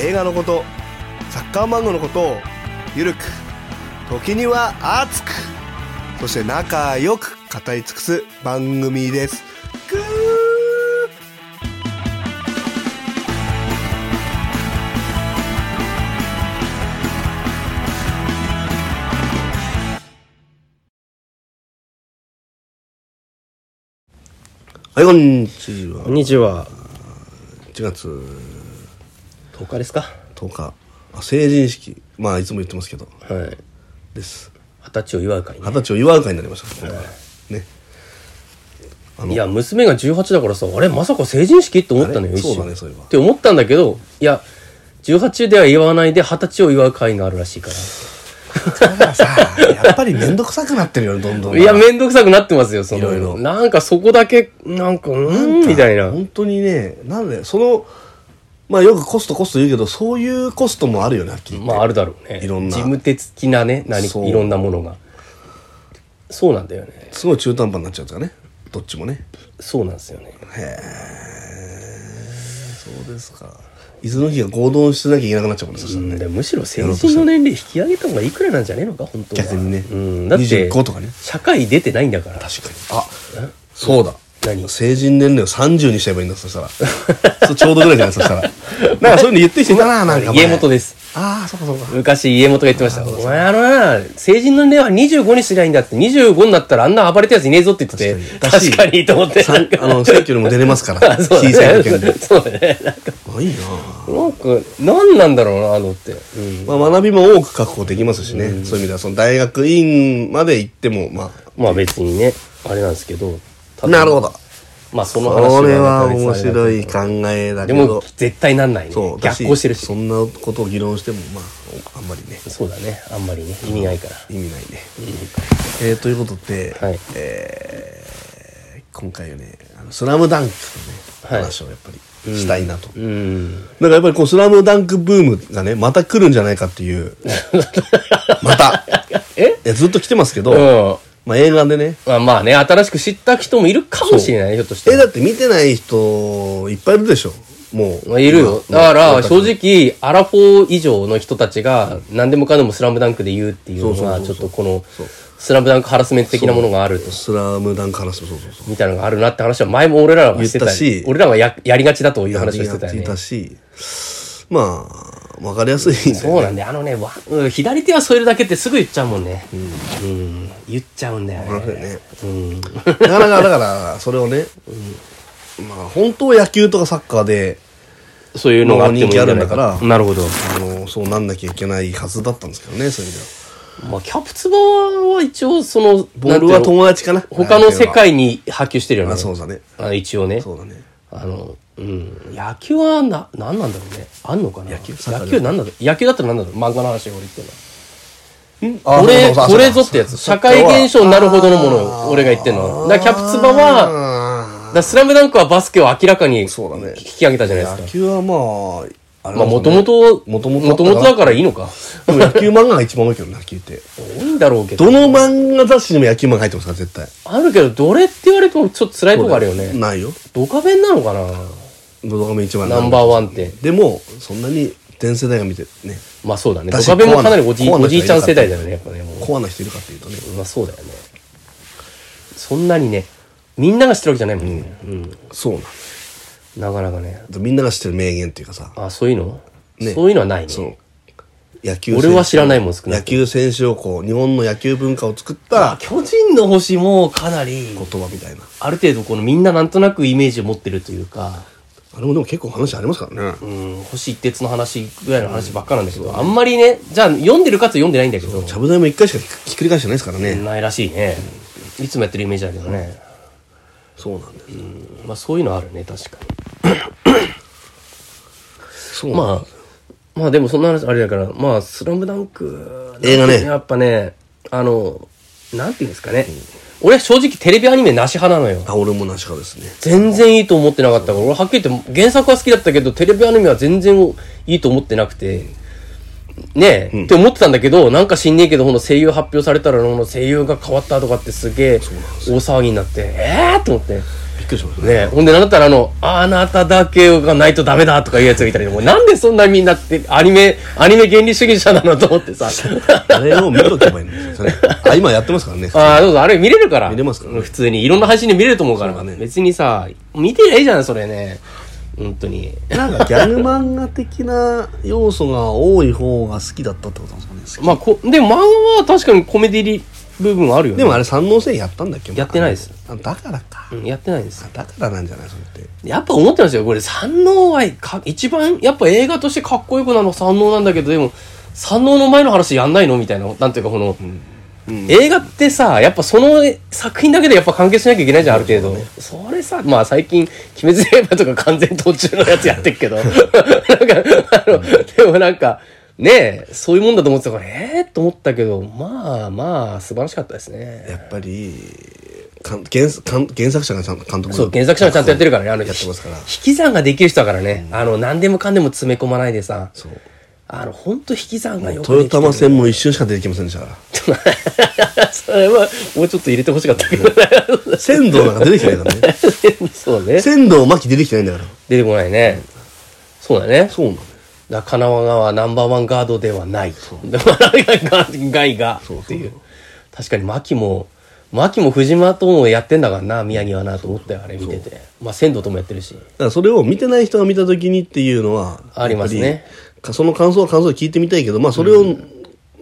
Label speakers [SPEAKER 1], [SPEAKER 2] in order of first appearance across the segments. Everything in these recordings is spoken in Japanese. [SPEAKER 1] 映画のことサッカー漫画のことをゆるく時には熱くそして仲良く語り尽くす番組ですぐーはい、こんにちは
[SPEAKER 2] こ。んにちは。
[SPEAKER 1] 1月
[SPEAKER 2] 10日ですか
[SPEAKER 1] 10日あ成人式まあいつも言ってますけど
[SPEAKER 2] はい。
[SPEAKER 1] です
[SPEAKER 2] 二十歳を祝う会、
[SPEAKER 1] 二
[SPEAKER 2] ね。
[SPEAKER 1] 十歳を祝う会になりました、今回ね
[SPEAKER 2] いや、娘が18だからさ、あれ、まさか成人式って思ったの
[SPEAKER 1] あ
[SPEAKER 2] よ、
[SPEAKER 1] れ
[SPEAKER 2] 一瞬。
[SPEAKER 1] そうだねそういえば
[SPEAKER 2] って思ったんだけど、いや、18では祝わないで二十歳を祝う会があるらしいか
[SPEAKER 1] たださやっぱり面倒くさくなってるよねどんどん
[SPEAKER 2] ら。いや、めんどくさくなってますよ、その。
[SPEAKER 1] いろいろ
[SPEAKER 2] なんかそこだけ、なんか、うーん、みたいな。
[SPEAKER 1] 本当にねなんでそのまあよくコストコスト言うけどそういうコストもあるよねはっきり言って
[SPEAKER 2] まあ、あるだろうね。
[SPEAKER 1] いろんな
[SPEAKER 2] 事務手付きなね、何
[SPEAKER 1] そう
[SPEAKER 2] いろんなものが。そうなんだよね。
[SPEAKER 1] すごい中途半端になっちゃうとかねどっちもね
[SPEAKER 2] そうなんですよね。
[SPEAKER 1] そうですか伊豆の日が合同してなきゃいけなくなっちゃうもんねそしたらね
[SPEAKER 2] でもむしろ成人の年齢引き上げた方がいくらなんじゃねえのか本当は
[SPEAKER 1] 逆にね
[SPEAKER 2] うん、だって
[SPEAKER 1] 25とかね
[SPEAKER 2] 社会出てないんだから
[SPEAKER 1] 確かにあそうだ
[SPEAKER 2] 何
[SPEAKER 1] 成人年齢を30にしちゃえばいいんだそ したらそうちょうどぐらいじゃないそしたらなんかそういうの言ってる人いたな なんか前
[SPEAKER 2] 家元です
[SPEAKER 1] ああそうかそうか
[SPEAKER 2] 昔家元が言ってました「お前あのな成人の年齢は25にすりゃいいんだ」って25になったらあんな暴れたやついねえぞって言ってて
[SPEAKER 1] 確かに
[SPEAKER 2] 確かにと思って
[SPEAKER 1] さんあの選挙にも出れますから
[SPEAKER 2] そう
[SPEAKER 1] 小さい
[SPEAKER 2] だ
[SPEAKER 1] 保険 で
[SPEAKER 2] ねそうだねなんか
[SPEAKER 1] あいいな
[SPEAKER 2] なんか何なんだろうなあのって、うん
[SPEAKER 1] まあ、学びも多く確保できますしね、そういう意味ではその大学院まで行ってもま
[SPEAKER 2] まあ別にねあれなんですけど
[SPEAKER 1] あ
[SPEAKER 2] ただ
[SPEAKER 1] なるほど
[SPEAKER 2] まあその話
[SPEAKER 1] それは
[SPEAKER 2] また別に
[SPEAKER 1] 面
[SPEAKER 2] あれだけど
[SPEAKER 1] 白い考えだけ
[SPEAKER 2] でも
[SPEAKER 1] ど
[SPEAKER 2] 絶対なんないね
[SPEAKER 1] そうだ
[SPEAKER 2] 逆行してるし
[SPEAKER 1] そんなことを議論してもまああんまりね
[SPEAKER 2] そうだね。あんまりね、意味ないから。
[SPEAKER 1] 意味ないね、えーということで、
[SPEAKER 2] はい。
[SPEAKER 1] えー今回はね「あのスラムダンクのね
[SPEAKER 2] はい
[SPEAKER 1] 話をやっぱりしたいなと、
[SPEAKER 2] うん。
[SPEAKER 1] なんかやっぱりこう「スラムダンクブームがねまた来るんじゃないかっていう また
[SPEAKER 2] え
[SPEAKER 1] いやずっと来てますけど、
[SPEAKER 2] うん。
[SPEAKER 1] まあ、映画でね
[SPEAKER 2] まあまあね、新しく知った人もいるかもしれない、ひょっとして
[SPEAKER 1] え。だって見てない人いっぱいいるでしょも
[SPEAKER 2] まあ
[SPEAKER 1] う
[SPEAKER 2] いるよ。
[SPEAKER 1] ま
[SPEAKER 2] だ
[SPEAKER 1] あ
[SPEAKER 2] から、
[SPEAKER 1] まあ
[SPEAKER 2] 正直、アラフォー以上の人たちが、何でもかんでもスラムダンクで言うっていうのが、
[SPEAKER 1] そう
[SPEAKER 2] ち
[SPEAKER 1] そ
[SPEAKER 2] ょ
[SPEAKER 1] うそ
[SPEAKER 2] っ
[SPEAKER 1] うそう
[SPEAKER 2] とこの、スラムダンクハラスメント的なものがあると、
[SPEAKER 1] スラムダンク話もそうそうそう
[SPEAKER 2] みたいなのがあるなって話は、前も俺らはしてた
[SPEAKER 1] 言ったし
[SPEAKER 2] 俺らはややりがちだという話をして
[SPEAKER 1] や
[SPEAKER 2] たよ
[SPEAKER 1] ってい
[SPEAKER 2] ね
[SPEAKER 1] た。しまあわかりやすいんで
[SPEAKER 2] そうなんだよ。あのね、わうん左手は添えるだけってすぐ言っちゃうもんね。うん。言っちゃうんだよね。
[SPEAKER 1] ね
[SPEAKER 2] うん。
[SPEAKER 1] なかなかだからそれをね、まあ本当は野球とかサッカーで
[SPEAKER 2] そういうのがあってもいいんじゃない
[SPEAKER 1] まあ人気あるんだか
[SPEAKER 2] か。
[SPEAKER 1] ら
[SPEAKER 2] なるほど。
[SPEAKER 1] あのそうなんなきゃいけないはずだったんですけどねそういう意味
[SPEAKER 2] まあ、キャプツバは一応、その、
[SPEAKER 1] ではボール
[SPEAKER 2] な
[SPEAKER 1] は
[SPEAKER 2] んていうの
[SPEAKER 1] 友達かな
[SPEAKER 2] 他の世界に波及してるよね。
[SPEAKER 1] あそうだね
[SPEAKER 2] あ一応ね。
[SPEAKER 1] そうだね
[SPEAKER 2] あの、うん。野球はな、なんなんだろうね。あんのかな野
[SPEAKER 1] 球サッカー
[SPEAKER 2] 野球なんだろう野球だったらなんだろう漫画の話が俺言ってるのは。
[SPEAKER 1] あ
[SPEAKER 2] これ、
[SPEAKER 1] そうだ
[SPEAKER 2] これぞってやつ。社会現象になるほどのもの
[SPEAKER 1] あー
[SPEAKER 2] を俺が言ってるのは。だからキャプツバは、だ
[SPEAKER 1] あ
[SPEAKER 2] からスラムダンクはバスケを明らかに
[SPEAKER 1] そうだね
[SPEAKER 2] 引き上げたじゃない
[SPEAKER 1] ー
[SPEAKER 2] です
[SPEAKER 1] 野球
[SPEAKER 2] か。
[SPEAKER 1] はまああれ
[SPEAKER 2] まあ、もと
[SPEAKER 1] も
[SPEAKER 2] もと、
[SPEAKER 1] 元々
[SPEAKER 2] 元々だからいいのか。
[SPEAKER 1] でも野球漫画が一番多いけどね野 球って
[SPEAKER 2] 多いんだろうけど。
[SPEAKER 1] どの漫画雑誌にも野球漫画入ってますから絶対
[SPEAKER 2] あるけど、どれって言われてもちょっと辛いとこあるよね。
[SPEAKER 1] ないよ
[SPEAKER 2] ドカベンなのかな
[SPEAKER 1] ドドカメ一番
[SPEAKER 2] ナンバーワンって。
[SPEAKER 1] でもそんなに全世代が見てね
[SPEAKER 2] まあそうだね。ド
[SPEAKER 1] だし
[SPEAKER 2] カベンもかなりおじい
[SPEAKER 1] コアな
[SPEAKER 2] おじいちゃん世代だよね、やっぱね。も
[SPEAKER 1] コアな人いるかっていうとね
[SPEAKER 2] うまあそうだよね。そんなにね、みんなが知ってるわけじゃないもんね。うん。
[SPEAKER 1] そうなん
[SPEAKER 2] なかなかね。
[SPEAKER 1] みんなが知ってる名言っていうかさ
[SPEAKER 2] あ、そういうの
[SPEAKER 1] ね
[SPEAKER 2] そういうのはないね。
[SPEAKER 1] そう野球
[SPEAKER 2] 俺は知らないもん少なくとも
[SPEAKER 1] 野球選手をこう日本の野球文化を作った
[SPEAKER 2] 巨人の星もかな
[SPEAKER 1] 言、
[SPEAKER 2] り
[SPEAKER 1] 葉みたいな
[SPEAKER 2] ある程度このみんななんとなくイメージを持ってるというか、
[SPEAKER 1] あれもでも結構話ありますからね
[SPEAKER 2] うん、星一徹の話ぐらいの話ばっかなんだけど、あんまりね、じゃあ読んでるかつ読んでないんだけど、
[SPEAKER 1] ちゃぶ台も一回しかひっくり返してないですからね
[SPEAKER 2] ないらしいね。いつもやってるイメージだけどね。
[SPEAKER 1] そうなんです
[SPEAKER 2] まあそういうのあるね、確かに。
[SPEAKER 1] そうなん
[SPEAKER 2] まあ、まあでもそんな話あれだから、まあ、スラムダンク、
[SPEAKER 1] 映画ね
[SPEAKER 2] やっぱね、あの、なんていうんですかね。俺は正直テレビアニメなし派なのよ。
[SPEAKER 1] あ、俺もなしかですね。
[SPEAKER 2] 全然いいと思ってなかったから、俺はっきり言って原作は好きだったけど、テレビアニメは全然いいと思ってなくて、ねえ、って思ってたんだけど、なんか知んねえけど、この声優発表されたら、この声優が変わったとかってすげえ大騒ぎになって、えーと思って。
[SPEAKER 1] びっくりしましたね。
[SPEAKER 2] ねえ、ほんでなんだったらあの、あなただけがないとダメだとかいうやつがいたり、もうなんでそんなみんなって、アニメ、アニメ原理主義者なのと思って さ。
[SPEAKER 1] あれを見とけばいいんですよね。あ、今やってますからね。
[SPEAKER 2] ああ、そうそう、あれ見れるから。
[SPEAKER 1] 見れますからね
[SPEAKER 2] 普通に。いろんな配信で見れると思うから。
[SPEAKER 1] そうだね
[SPEAKER 2] 別にさ、見てりゃいいじゃん、それね。本当に。
[SPEAKER 1] なんかギャグ漫画的な要素が多い方が好きだったってことなんですかね。
[SPEAKER 2] まあ、こ、でも漫画は確かにコメディリ部分はあるよね。
[SPEAKER 1] でもあれ三能線やったんだっけ
[SPEAKER 2] やってないです。
[SPEAKER 1] あだからか。
[SPEAKER 2] うん、やってないです。
[SPEAKER 1] だからなんじゃないそれって。
[SPEAKER 2] やっぱ思ってますよ。これ、三能はか、一番、やっぱ映画としてかっこよくなるの三能なんだけど、でも、三能の前の話やんないのみたいな、なんていうかこの、
[SPEAKER 1] うん
[SPEAKER 2] 映画ってさ、やっぱその作品だけでやっぱ完結しなきゃいけないじゃん、ある程度。それさ、まあ最近、鬼滅の刃とか完全途中のやつやってる けど、なんか、あの、でもなんか、ねえ、そういうもんだと思ってたから、ええと思ったけど、まあまあ、素晴らしかったですね。
[SPEAKER 1] やっぱり、かん原作かん原作者がちゃんと監督
[SPEAKER 2] そう、原作者がちゃんとやってるからね、あの、
[SPEAKER 1] やってますから
[SPEAKER 2] ひ引き算ができる人だからね、あの、何でもかんでも詰め込まないでさ、
[SPEAKER 1] そう。
[SPEAKER 2] あの、ほんと引き算がよくできて
[SPEAKER 1] 豊
[SPEAKER 2] る
[SPEAKER 1] 玉線も一瞬しか出てきませんでしたから。
[SPEAKER 2] それは、もうちょっと入れてほしかったけどね。
[SPEAKER 1] 仙道なんか出てきてないからね。
[SPEAKER 2] そうね。
[SPEAKER 1] 仙道巻出てきてないんだから。
[SPEAKER 2] 出てこないね。そうだね。
[SPEAKER 1] そうなのよ。
[SPEAKER 2] だから神奈川はナンバーワンガードではない。だから外がっていう。確かに牧も、牧も藤間ともやってんだからな、宮城はなと思ったよ、あれ見てて。まあ、仙道ともやってるし。
[SPEAKER 1] だからそれを見てない人が見た時にっていうのは
[SPEAKER 2] ありますね
[SPEAKER 1] やっぱりかその感想は感想で聞いてみたいけどまあそれを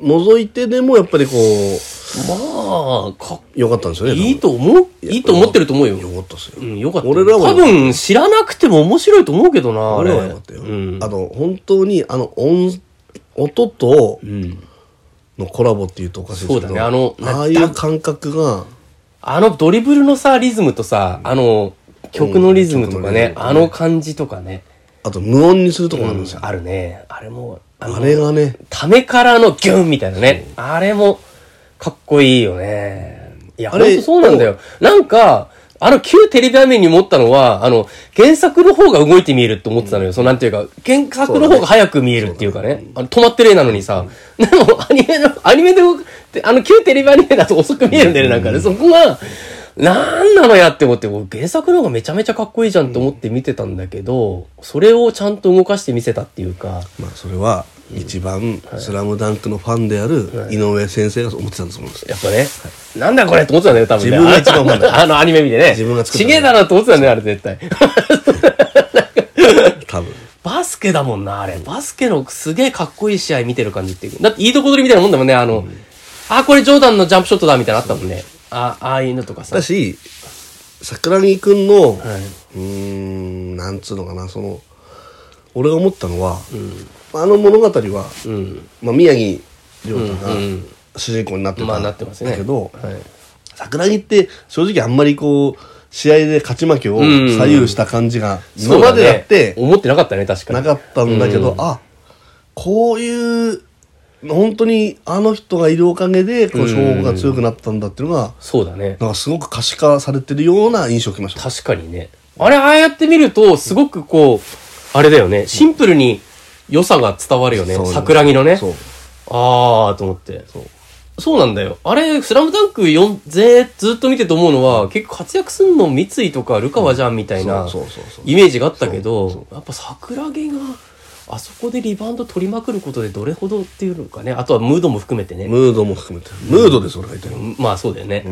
[SPEAKER 1] 除いてでもやっぱりこう
[SPEAKER 2] まあ、かっ
[SPEAKER 1] 良かったんですよね
[SPEAKER 2] いいと思う、いいと思ってると思うよ。
[SPEAKER 1] 良かったですよ、
[SPEAKER 2] うん、よかった。
[SPEAKER 1] 俺らは
[SPEAKER 2] 多分、知らなくても面白いと思うけどな、あ
[SPEAKER 1] 俺
[SPEAKER 2] れ。
[SPEAKER 1] らは良かったよ、
[SPEAKER 2] うん。
[SPEAKER 1] あと本当にあの音音と
[SPEAKER 2] うん
[SPEAKER 1] のコラボっていうとおかしいですけど
[SPEAKER 2] そうだねあのな
[SPEAKER 1] ああいう感覚が
[SPEAKER 2] あのドリブルのさ、リズムとさ、あの、曲のリズムと
[SPEAKER 1] う
[SPEAKER 2] かね、
[SPEAKER 1] ん曲のリズムとか
[SPEAKER 2] あの感じとかね。
[SPEAKER 1] あと無音にするところなんですよ、
[SPEAKER 2] あるね。あれも、あの
[SPEAKER 1] あれがね
[SPEAKER 2] ためからのギュンみたいなね。あれも、かっこいいよね。いや、
[SPEAKER 1] あ
[SPEAKER 2] ほん
[SPEAKER 1] れ
[SPEAKER 2] とそうなんだよ。なんか、あの旧テレビ画面に持ったのは、あの、原作の方が動いて見えるって思ってたのよ。そのなんていうか、原作の方が早く見えるっていうかね。あの止まってる絵なのにさ。でも、アニメの、アニメで動く、であの旧テレビアニメだと遅く見えるんだよね、なんかね。そこが、なんなのやって思って、俺原作の方がめちゃめちゃかっこいいじゃんと思って見てたんだけど、それをちゃんと動かして見せたっていうか。
[SPEAKER 1] まあそれは一番「スラムダンクのファンである井上先生が思ってたんですもんですよ
[SPEAKER 2] やっぱね、なんだこれって思ってたんだよ、多分、ね。
[SPEAKER 1] 自分が一番思うんだよ
[SPEAKER 2] あのあのアニメ見てね。
[SPEAKER 1] 自分が作った
[SPEAKER 2] ちげえだなと思ってたんだよ、あれ絶対。
[SPEAKER 1] 多分
[SPEAKER 2] バスケだもんな、あれ。バスケのすげえかっこいい試合見てる感じっていう。だって、いいとこ取りみたいなもんだもんね、あの、あ、これジョーダンのジャンプショットだ、みたいなのあったもんね。あ、ああいうのとかさ
[SPEAKER 1] だ。し桜木くんの、
[SPEAKER 2] はいう
[SPEAKER 1] ーんなんつうのかなその俺が思ったのは、あの物語は、
[SPEAKER 2] うん。
[SPEAKER 1] まあ、宮城亮太が
[SPEAKER 2] うんうん
[SPEAKER 1] 主人公になってた、
[SPEAKER 2] まあ、なってますね。
[SPEAKER 1] だけど、
[SPEAKER 2] はい。
[SPEAKER 1] 桜木って正直あんまりこう試合で勝ち負けを
[SPEAKER 2] うん
[SPEAKER 1] 左右した感じが
[SPEAKER 2] そ
[SPEAKER 1] 今
[SPEAKER 2] う
[SPEAKER 1] ま
[SPEAKER 2] だ
[SPEAKER 1] で
[SPEAKER 2] ね
[SPEAKER 1] やって
[SPEAKER 2] 思ってなかったね、確かに。
[SPEAKER 1] なかったんだけど、あこういう本当にあの人がいるおかげでこの勝負が強くなったんだっていうのが、
[SPEAKER 2] そうだね。
[SPEAKER 1] なんかすごく可視化されてるような印象を受けました。
[SPEAKER 2] 確かにね。あれ、ああやって見ると、すごくこう、あれだよね。シンプルに良さが伝わるよね
[SPEAKER 1] そう。
[SPEAKER 2] 桜木のね。
[SPEAKER 1] そう。
[SPEAKER 2] あーと思って。そう。なんだよ。あれ、スラムダンクよんぜずっと見てて思うのは、結構活躍すんの三井とかルカワじゃんみたいな
[SPEAKER 1] そうそうそうそう
[SPEAKER 2] イメージがあったけど、やっぱ桜木が、あそこでリバウンド取りまくることでどれほどっていうのかね。あとはムードも含めてね。
[SPEAKER 1] ムードも含めて。ムードです、俺が言ってるの。
[SPEAKER 2] まあそうだよね。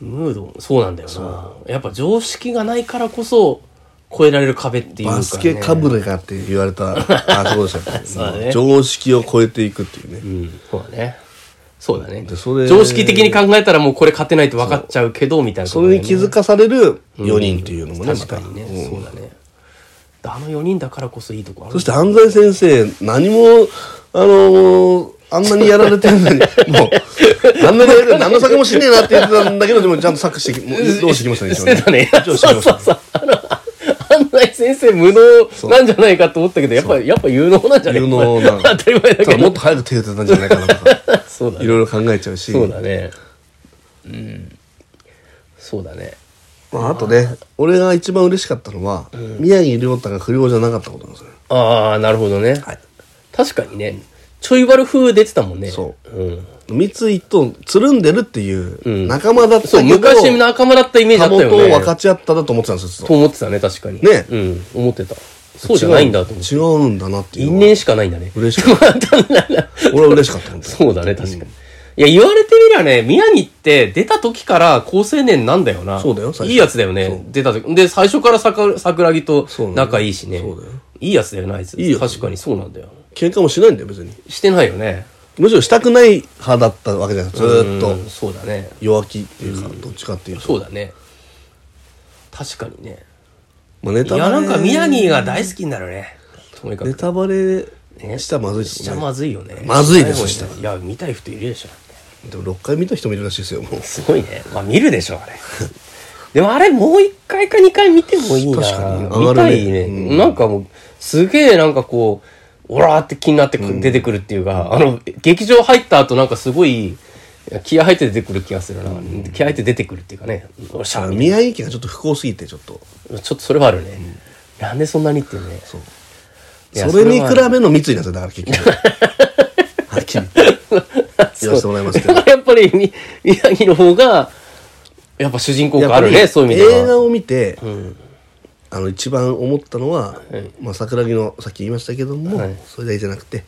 [SPEAKER 2] ムード、そうなんだよな。やっぱ常識がないからこそ、超えられる壁っていうか、ね。
[SPEAKER 1] バスケかぶれがって言われ た、あ、そうでし
[SPEAKER 2] そ
[SPEAKER 1] た
[SPEAKER 2] う
[SPEAKER 1] っ
[SPEAKER 2] だ
[SPEAKER 1] け
[SPEAKER 2] ね
[SPEAKER 1] 常識を超えていくっていう
[SPEAKER 2] う
[SPEAKER 1] ね。
[SPEAKER 2] ん、そうだね。そうだね
[SPEAKER 1] でそれ。
[SPEAKER 2] 常識的に考えたらもうこれ勝てないと分かっちゃうけど、みたいなと
[SPEAKER 1] そ
[SPEAKER 2] ころだ
[SPEAKER 1] れ
[SPEAKER 2] よ
[SPEAKER 1] に
[SPEAKER 2] ね、
[SPEAKER 1] 気づかされる4人っていうのもね、
[SPEAKER 2] 確かにね、
[SPEAKER 1] またうん
[SPEAKER 2] そうだね。あの4人だからこそいいとこある。
[SPEAKER 1] そして安西先生、何も、あのーあんなにやられてるの に、もう、あんなにやられてる何の作もしねえなって言ってたんだけど、でもちゃんと作してき、もうどうしてきましたね、一応
[SPEAKER 2] してたね。
[SPEAKER 1] 一応
[SPEAKER 2] そう
[SPEAKER 1] してきまし
[SPEAKER 2] そ
[SPEAKER 1] た
[SPEAKER 2] うそう。あの、あん内先生無能なんじゃないかと思ったけど、やっぱ、やっぱ有能なんじゃない
[SPEAKER 1] 有能な
[SPEAKER 2] 当たり前
[SPEAKER 1] た
[SPEAKER 2] だけ
[SPEAKER 1] だもっ
[SPEAKER 2] ど。
[SPEAKER 1] と早く手打てたんじゃないかなとか
[SPEAKER 2] そうだ
[SPEAKER 1] い
[SPEAKER 2] ね。
[SPEAKER 1] ろいろ考えちゃうし
[SPEAKER 2] そうだね。うん。そうだね。
[SPEAKER 1] まあ、あとね俺が一番嬉しかったのは、宮城亮太が不良じゃなかったことなんですよね
[SPEAKER 2] ああ、なるほどね。
[SPEAKER 1] はい
[SPEAKER 2] 確かにね。ちょい悪風出てたもんね。。
[SPEAKER 1] そう
[SPEAKER 2] うん。
[SPEAKER 1] 三井とつるんでるっていう仲間だったけど、
[SPEAKER 2] そう、昔の仲間だったイメージあ
[SPEAKER 1] た
[SPEAKER 2] ったよね。
[SPEAKER 1] を分かち合っただと思ってたんですよずっ
[SPEAKER 2] と思ってたね、確かに。
[SPEAKER 1] ね
[SPEAKER 2] うん、思ってた。
[SPEAKER 1] と
[SPEAKER 2] そうじゃないんだと思って。
[SPEAKER 1] 違う違うんだなっていう
[SPEAKER 2] 因
[SPEAKER 1] のは
[SPEAKER 2] 縁しかないんだね。
[SPEAKER 1] 嬉しかった 俺は嬉しかった本当に
[SPEAKER 2] そうだね、確かに。いや、言われてみりゃね、宮城って出た時から好青年なんだよな。
[SPEAKER 1] そうだよ最初
[SPEAKER 2] いいやつだよ
[SPEAKER 1] そう
[SPEAKER 2] ね。出た時。で、最初から桜桜木と
[SPEAKER 1] そうなんだよ
[SPEAKER 2] 仲いいしね。
[SPEAKER 1] そうだよ
[SPEAKER 2] いいやつだよな、あいつ。
[SPEAKER 1] いいやつ
[SPEAKER 2] 確かにそうなんだよ。
[SPEAKER 1] 喧嘩もしないんだよ別に
[SPEAKER 2] してないよね。
[SPEAKER 1] むしろしたくない派だったわけじゃないずーっと
[SPEAKER 2] うんそうだね。
[SPEAKER 1] 弱気っていうか、どっちかっていうと
[SPEAKER 2] そうだね。確かにね。
[SPEAKER 1] まあ、ネ
[SPEAKER 2] い
[SPEAKER 1] タバ
[SPEAKER 2] や、
[SPEAKER 1] レ
[SPEAKER 2] なんか宮城が大好きになるね。とにかく
[SPEAKER 1] ネ。タバレしたらまずいで
[SPEAKER 2] し
[SPEAKER 1] す
[SPEAKER 2] ちゃ
[SPEAKER 1] よね
[SPEAKER 2] まずいよね。
[SPEAKER 1] まずいです
[SPEAKER 2] 最後
[SPEAKER 1] そ
[SPEAKER 2] に
[SPEAKER 1] したら
[SPEAKER 2] いや、見たい人いるでしょ。
[SPEAKER 1] でも6回見た人もいるらしいですよもう
[SPEAKER 2] すごいね。まあ見るでしょ、あれ。でもあれもう一回か二回見てもいいな。
[SPEAKER 1] 確かに上が
[SPEAKER 2] 見
[SPEAKER 1] るね
[SPEAKER 2] たいね。
[SPEAKER 1] うん
[SPEAKER 2] なんかもう、すげえなんかこう、オラーって気になってく出てくるっていうか、あの、劇場入った後なんかすごい、いや気合入って出てくる気がするな。気合入って出てくるっていうかね。おっしゃ
[SPEAKER 1] あ宮城県がちょっと不幸すぎてちょっと
[SPEAKER 2] ちょっとそれはあるね。なんでそんなにっていうね。
[SPEAKER 1] そう
[SPEAKER 2] いや
[SPEAKER 1] それに
[SPEAKER 2] そ
[SPEAKER 1] 比
[SPEAKER 2] れは
[SPEAKER 1] べの三井なんですよだから結局 はっきり言って言わせてもらいますけど
[SPEAKER 2] だから やっぱりみ宮城の方が、やっぱ主人公がある
[SPEAKER 1] や
[SPEAKER 2] ね、
[SPEAKER 1] っぱり
[SPEAKER 2] そういう意味で
[SPEAKER 1] 映
[SPEAKER 2] は。
[SPEAKER 1] 画を見て、あの一番思ったのは、まあ、桜木のさっき言いましたけども、
[SPEAKER 2] はい
[SPEAKER 1] それだけじゃなくて、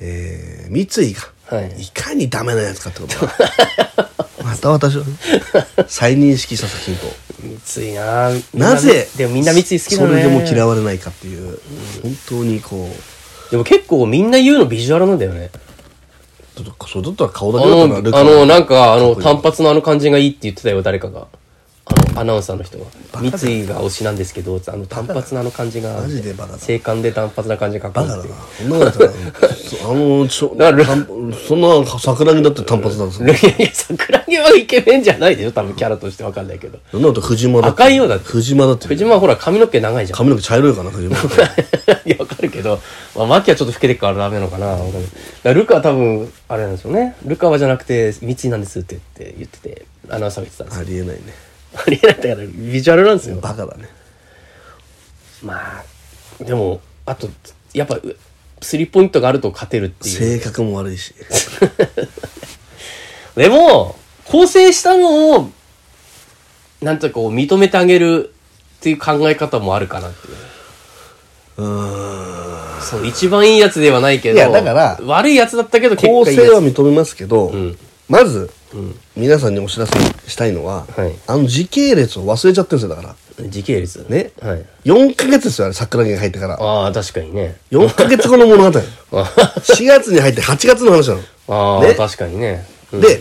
[SPEAKER 1] えー三井が、
[SPEAKER 2] はい
[SPEAKER 1] い、かにダメなやつかってこと だまた私はね、再認識した作品と
[SPEAKER 2] 三井なみん
[SPEAKER 1] なぜ
[SPEAKER 2] でもみんな三井好きだね。
[SPEAKER 1] それでも嫌われないかっていう本当にこう
[SPEAKER 2] でも結構みんな言うのビジュアルなんだよね。
[SPEAKER 1] ちょっとそれだったら顔だ
[SPEAKER 2] あ
[SPEAKER 1] けだった
[SPEAKER 2] の、
[SPEAKER 1] ら
[SPEAKER 2] あの、なんか、あ
[SPEAKER 1] かっ
[SPEAKER 2] の、
[SPEAKER 1] こいい
[SPEAKER 2] 単発のあの感じがいいって言ってたよ、誰かが。あの、アナウンサーの人が。三井が推しなんですけど、あの、単発のあの感じが、
[SPEAKER 1] マジでバカだ
[SPEAKER 2] 静観で単発な感じがか
[SPEAKER 1] バ
[SPEAKER 2] っこいい
[SPEAKER 1] カ
[SPEAKER 2] っ
[SPEAKER 1] だ
[SPEAKER 2] ていう
[SPEAKER 1] な。そんなことやったらそあのちょ
[SPEAKER 2] だから
[SPEAKER 1] 単そんな桜木だって単発なんですよ
[SPEAKER 2] いやいや、桜木はイケメンじゃないでしょ、多分キャラとしてわかんないけど。
[SPEAKER 1] そんなこと藤間だって
[SPEAKER 2] 赤いよだって
[SPEAKER 1] 藤間だって
[SPEAKER 2] 藤間はほら髪の毛長いじゃん。
[SPEAKER 1] 髪の毛茶色いかな藤間
[SPEAKER 2] いや、わかるけど、まあ、マキはちょっと老けてるからダメなのかな。わかんないだからルカは多分、あれなんですよね。ルカはじゃなくて、三井なんですって言って言ってて、アナウンサーが言ってたんですよ
[SPEAKER 1] ありえないね
[SPEAKER 2] ありえないんだから、ビジュアルなんですよ。
[SPEAKER 1] バカだね
[SPEAKER 2] まあ、でも、あと、やっぱ、うスリーポイントがあると勝てるっていう。
[SPEAKER 1] 性格も悪いし
[SPEAKER 2] でも、構成したのを、なんとこう、認めてあげるっていう考え方もあるかなっていう。
[SPEAKER 1] うーん
[SPEAKER 2] そう、一番いいやつではないけど、
[SPEAKER 1] いやだから
[SPEAKER 2] 悪いやつだったけど、結
[SPEAKER 1] 構
[SPEAKER 2] 果いいや
[SPEAKER 1] 成は
[SPEAKER 2] つ。
[SPEAKER 1] 認めますけど、
[SPEAKER 2] ん
[SPEAKER 1] まず、皆さんにお知らせしたいのは、
[SPEAKER 2] はい
[SPEAKER 1] あの時系列を忘れちゃってるんですよだから
[SPEAKER 2] 時系列。
[SPEAKER 1] ね
[SPEAKER 2] はい。
[SPEAKER 1] 4ヶ月ですよあれ桜木が入ってから
[SPEAKER 2] ああ、確かにね。
[SPEAKER 1] 4ヶ月後の物語
[SPEAKER 2] あ
[SPEAKER 1] 4月に入って8月の話なの
[SPEAKER 2] あ、
[SPEAKER 1] ね
[SPEAKER 2] 確かにね。うん
[SPEAKER 1] で、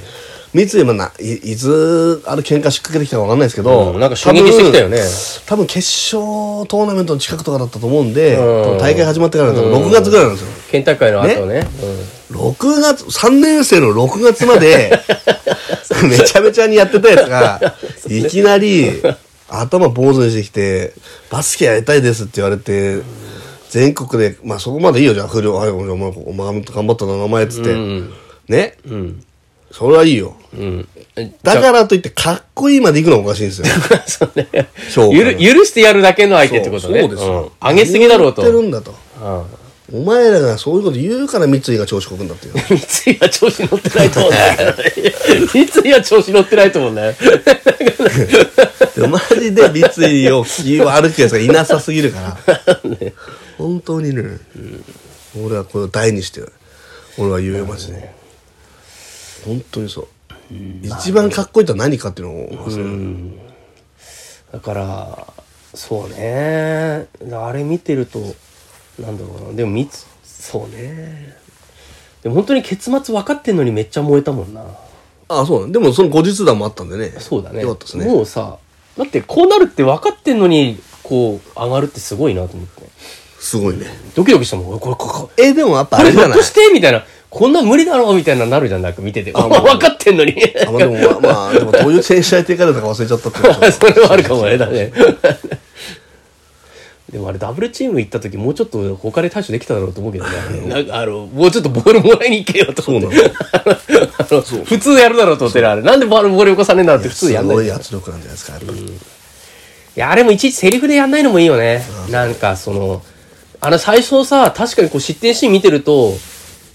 [SPEAKER 1] 三井もない、いつ、あれ喧嘩しっかけてきたかわかんないですけど、
[SPEAKER 2] うんなんか衝撃してきたよね
[SPEAKER 1] 多分多分決勝トーナメントの近くとかだったと思うんで、
[SPEAKER 2] ん
[SPEAKER 1] 多分大会始まってからだと6月ぐらいなんですよ。
[SPEAKER 2] 県大会の後ね。
[SPEAKER 1] 6月、3年生の6月ま で、めちゃめちゃにやってたやつが、いきなり、頭坊主にしてきて、バスケやりたいですって言われて、全国で、まあそこまでいいよ、じゃあ、不良、はい、お前、お前お前頑張ったな、名前っつって。ね、それはいいよ。
[SPEAKER 2] うん。うん。え
[SPEAKER 1] だからといって、かっこいいまで行くのはおかしいんですよ。
[SPEAKER 2] そうね。
[SPEAKER 1] 評価
[SPEAKER 2] ゆる許してやるだけの相手ってことね。
[SPEAKER 1] そうですよ、
[SPEAKER 2] ん上げすぎだろうと。
[SPEAKER 1] 言ってるんだと。
[SPEAKER 2] うん
[SPEAKER 1] お前らがそういうこと言うから三井が調子こくんだっていう。
[SPEAKER 2] 三井は調子乗ってないと思うんだ よ。三井は調子乗ってないと思うんだよ。
[SPEAKER 1] でマジで三井を気悪くやつがいなさすぎるから。 本当にね、俺はこれを大にして、俺は言うよ、マジで。本当にそう。一番かっこいいとは何かっていうのを忘れる。
[SPEAKER 2] だから、そうね。あれ見てると、なんだろうな。でも三井、そうね。でも本当に結末分かってんのにめっちゃ燃えたもんな。
[SPEAKER 1] ああ、そうなんでもその後日談もあったんでね。
[SPEAKER 2] そうだね。
[SPEAKER 1] よかったですね。
[SPEAKER 2] もうさ、だってこうなるって分かってんのに、こう、上がるってすごいなと思って。
[SPEAKER 1] すごいね。
[SPEAKER 2] ドキドキしたもん。これ、ここ、
[SPEAKER 1] え、でもやっぱあ
[SPEAKER 2] こ
[SPEAKER 1] れ
[SPEAKER 2] れ
[SPEAKER 1] じ
[SPEAKER 2] ひ
[SPEAKER 1] ゃ
[SPEAKER 2] ょっ
[SPEAKER 1] ない
[SPEAKER 2] としてみたいな。こんなん無理だろうみたいななるじゃん、なんか見てて。分かってんの に。
[SPEAKER 1] あ、まあでも、まあ、まあ、でも どういう正社員って言い方だか忘れちゃったってことでしょ
[SPEAKER 2] それはあるかもね、だね。でもあれダブルチーム行った時もうちょっと他で対処できただろうと思うけどね。 なんかあの、もうちょっとボールもらいに行けよと思って。 あの普通やるだろうと思ってねあれ。なんでボールボールよこさねえんだろう って普通やんない
[SPEAKER 1] すご
[SPEAKER 2] いい
[SPEAKER 1] い圧力なんじゃないですか、やっぱり。
[SPEAKER 2] や、あれもいちいちセリフでやんないのもいいよね。なんかその、あの最初さ、確かにこう失点シーン見てると、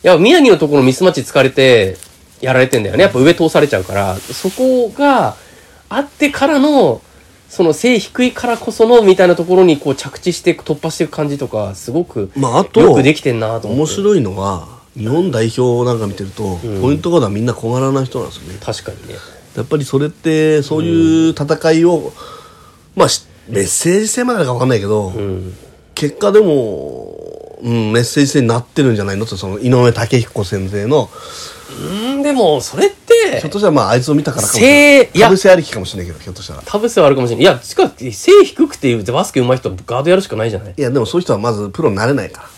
[SPEAKER 2] いや、宮城のところのミスマッチ疲れてやられてんだよね。やっぱ上通されちゃうから。そこがあってからの、その背低いからこそのみたいなところにこう着地していく突破していく感じとか、すごく、
[SPEAKER 1] まあ、あと、
[SPEAKER 2] よくできてんなと思
[SPEAKER 1] 面
[SPEAKER 2] って。
[SPEAKER 1] 白いのは、日本代表なんか見てると、ポイントガードはみんな小柄な人なんですよね。
[SPEAKER 2] 確かにね。
[SPEAKER 1] やっぱりそれって、そういう戦いを、まあ、しメッセージ性までなのか分かんないけど、
[SPEAKER 2] うん。
[SPEAKER 1] 結果でも、うん、メッセージ性になってるんじゃないのと、その井上武彦先生の、
[SPEAKER 2] うん、でも、それって
[SPEAKER 1] ひょっ、としたらまあ、あいつを見たからかもしれない。
[SPEAKER 2] せいいや
[SPEAKER 1] かぶせありきかもしれないけど、ひょっとしたら。
[SPEAKER 2] 多分性はあるかもしれない。いや、しかし、背低くてバスケ上手い人はガードやるしかないじゃない
[SPEAKER 1] いや、でもそういう人はまずプロになれないから。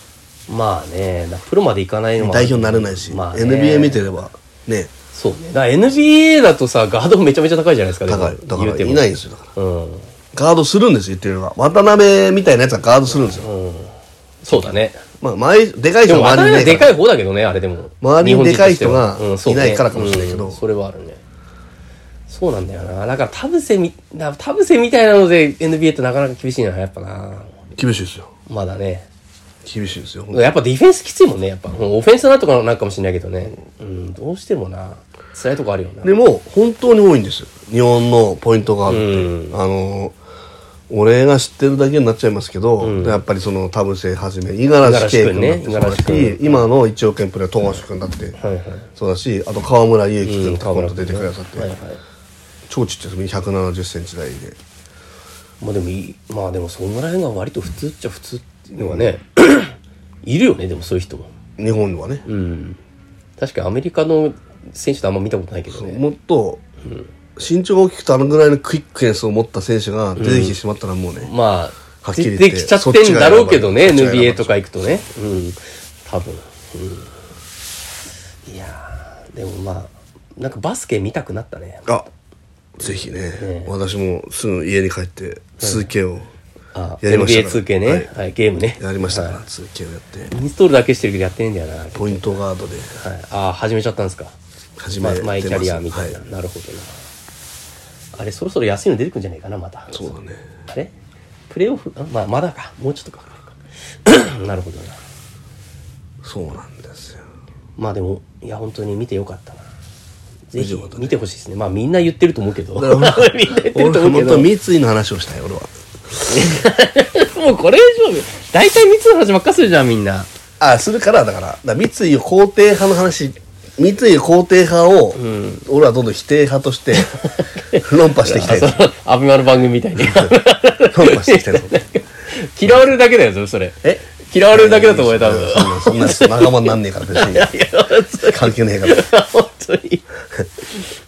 [SPEAKER 2] まあね、だからプロまでいかないのもあ
[SPEAKER 1] 代
[SPEAKER 2] る
[SPEAKER 1] 表になれないし、
[SPEAKER 2] まあね
[SPEAKER 1] NBA 見てれば、ね、
[SPEAKER 2] そうね。だから NBA だとさ、ガードめちゃめちゃ高いじゃないですか。でも
[SPEAKER 1] 高い。だか
[SPEAKER 2] 言う
[SPEAKER 1] ら、
[SPEAKER 2] ても
[SPEAKER 1] いないんですよ、だから。
[SPEAKER 2] うん。
[SPEAKER 1] ガードするんですよ、言ってるのは。渡辺みたいなやつはガードするんですよ。
[SPEAKER 2] そうだね。
[SPEAKER 1] まあ、前、でかい
[SPEAKER 2] で
[SPEAKER 1] 人
[SPEAKER 2] も、
[SPEAKER 1] は
[SPEAKER 2] あ
[SPEAKER 1] 周り
[SPEAKER 2] れ
[SPEAKER 1] に
[SPEAKER 2] はい
[SPEAKER 1] ない
[SPEAKER 2] で
[SPEAKER 1] か。
[SPEAKER 2] からい方だけどね、あれでも。
[SPEAKER 1] 周りに
[SPEAKER 2] 日本として
[SPEAKER 1] で
[SPEAKER 2] は
[SPEAKER 1] かい人がいないからかもしれないけど
[SPEAKER 2] うんそれはあるね。そうなんだよな。だから、田臥み、だ田臥みたいなので NBA ってなかなか厳しいな、やっぱな。
[SPEAKER 1] 厳しいですよ。
[SPEAKER 2] まだね。
[SPEAKER 1] 厳しいですよ。
[SPEAKER 2] やっぱディフェンスきついもんね、やっぱ。うんオフェンスなんとかなんかもしれないけどね。うん、どうしてもな。辛いとこあるよな。
[SPEAKER 1] でも、本当に多いんですよ。日本のポイントがあって。
[SPEAKER 2] う
[SPEAKER 1] あの、俺が知ってるだけになっちゃいますけど、やっぱりその田臥はじめ、五十嵐圭君だってそ
[SPEAKER 2] 五十
[SPEAKER 1] うだ
[SPEAKER 2] 嵐
[SPEAKER 1] し、
[SPEAKER 2] 君ね
[SPEAKER 1] 今の1億円プレー、富樫君だって
[SPEAKER 2] はいはい。
[SPEAKER 1] そうだし、あと川村祐希
[SPEAKER 2] う
[SPEAKER 1] 君
[SPEAKER 2] ん
[SPEAKER 1] とか今度出てくださって、
[SPEAKER 2] はいはい。
[SPEAKER 1] 超ちっちゃいです、170センチ台で。
[SPEAKER 2] まあでもいい、まあでもそのぐらいが割と普通っちゃ普通っていうのがね、いるよね、でもそういう人も。
[SPEAKER 1] 日本はね、
[SPEAKER 2] うん。確かにアメリカの選手とあんま見たことないけどね。
[SPEAKER 1] もっと身長が大きくてあのぐらいのクイックネスを持った選手が出てきてしまったらもうね、
[SPEAKER 2] ま
[SPEAKER 1] は
[SPEAKER 2] あ、
[SPEAKER 1] っきり言
[SPEAKER 2] 出
[SPEAKER 1] って
[SPEAKER 2] てきちゃってんだろうけどね、
[SPEAKER 1] そっちが選ばれ
[SPEAKER 2] NBA とか行くとね。うん。多分。うん、いやー、でもまあ、なんかバスケ見たくなったね。
[SPEAKER 1] あぜひね、
[SPEAKER 2] え
[SPEAKER 1] 私もすぐ家に帰って数形を
[SPEAKER 2] あ、
[SPEAKER 1] やりましたから
[SPEAKER 2] NBA2K ね、
[SPEAKER 1] は
[SPEAKER 2] はいい。ゲームね。
[SPEAKER 1] やりましたから、
[SPEAKER 2] はい
[SPEAKER 1] 数形をやって
[SPEAKER 2] インストールだけしてるけどやってねえんだよな。はい。
[SPEAKER 1] ポイントガードで
[SPEAKER 2] ああ、始めちゃったんですか。
[SPEAKER 1] 始
[SPEAKER 2] ま
[SPEAKER 1] めて
[SPEAKER 2] あ
[SPEAKER 1] ます、
[SPEAKER 2] マイキャリアみたいな、
[SPEAKER 1] は
[SPEAKER 2] なるほどなあれそろそろ安いの出てくんじゃないかなまた
[SPEAKER 1] そうだね
[SPEAKER 2] あれプレーオフあまあまだかもうちょっとかかるか なるほどな
[SPEAKER 1] そうなんですよ
[SPEAKER 2] まあでもいや本当に見てよかったなぜ
[SPEAKER 1] 見て
[SPEAKER 2] ひ
[SPEAKER 1] よかったね
[SPEAKER 2] 見てほしいですねまあみんな言ってると思うけどみん
[SPEAKER 1] だ
[SPEAKER 2] な
[SPEAKER 1] から 俺
[SPEAKER 2] 言ってると
[SPEAKER 1] 俺
[SPEAKER 2] 思うけ
[SPEAKER 1] 本当
[SPEAKER 2] ど
[SPEAKER 1] は三井の話をしたい俺は
[SPEAKER 2] もうこれ以上大体三つの話ばっかするじゃんみんな
[SPEAKER 1] あするからだからだから三井肯定派の話三井肯定派を、俺はどんどん否定派として論破していきた
[SPEAKER 2] あ
[SPEAKER 1] い
[SPEAKER 2] そ
[SPEAKER 1] の
[SPEAKER 2] のアベマの番組みた いに
[SPEAKER 1] 論破していきたいの
[SPEAKER 2] 嫌われるだけだよそれ
[SPEAKER 1] え
[SPEAKER 2] 嫌われるだけだと思えた多分
[SPEAKER 1] そんなそんな仲間になんねえから別に関係ねえから
[SPEAKER 2] 本当に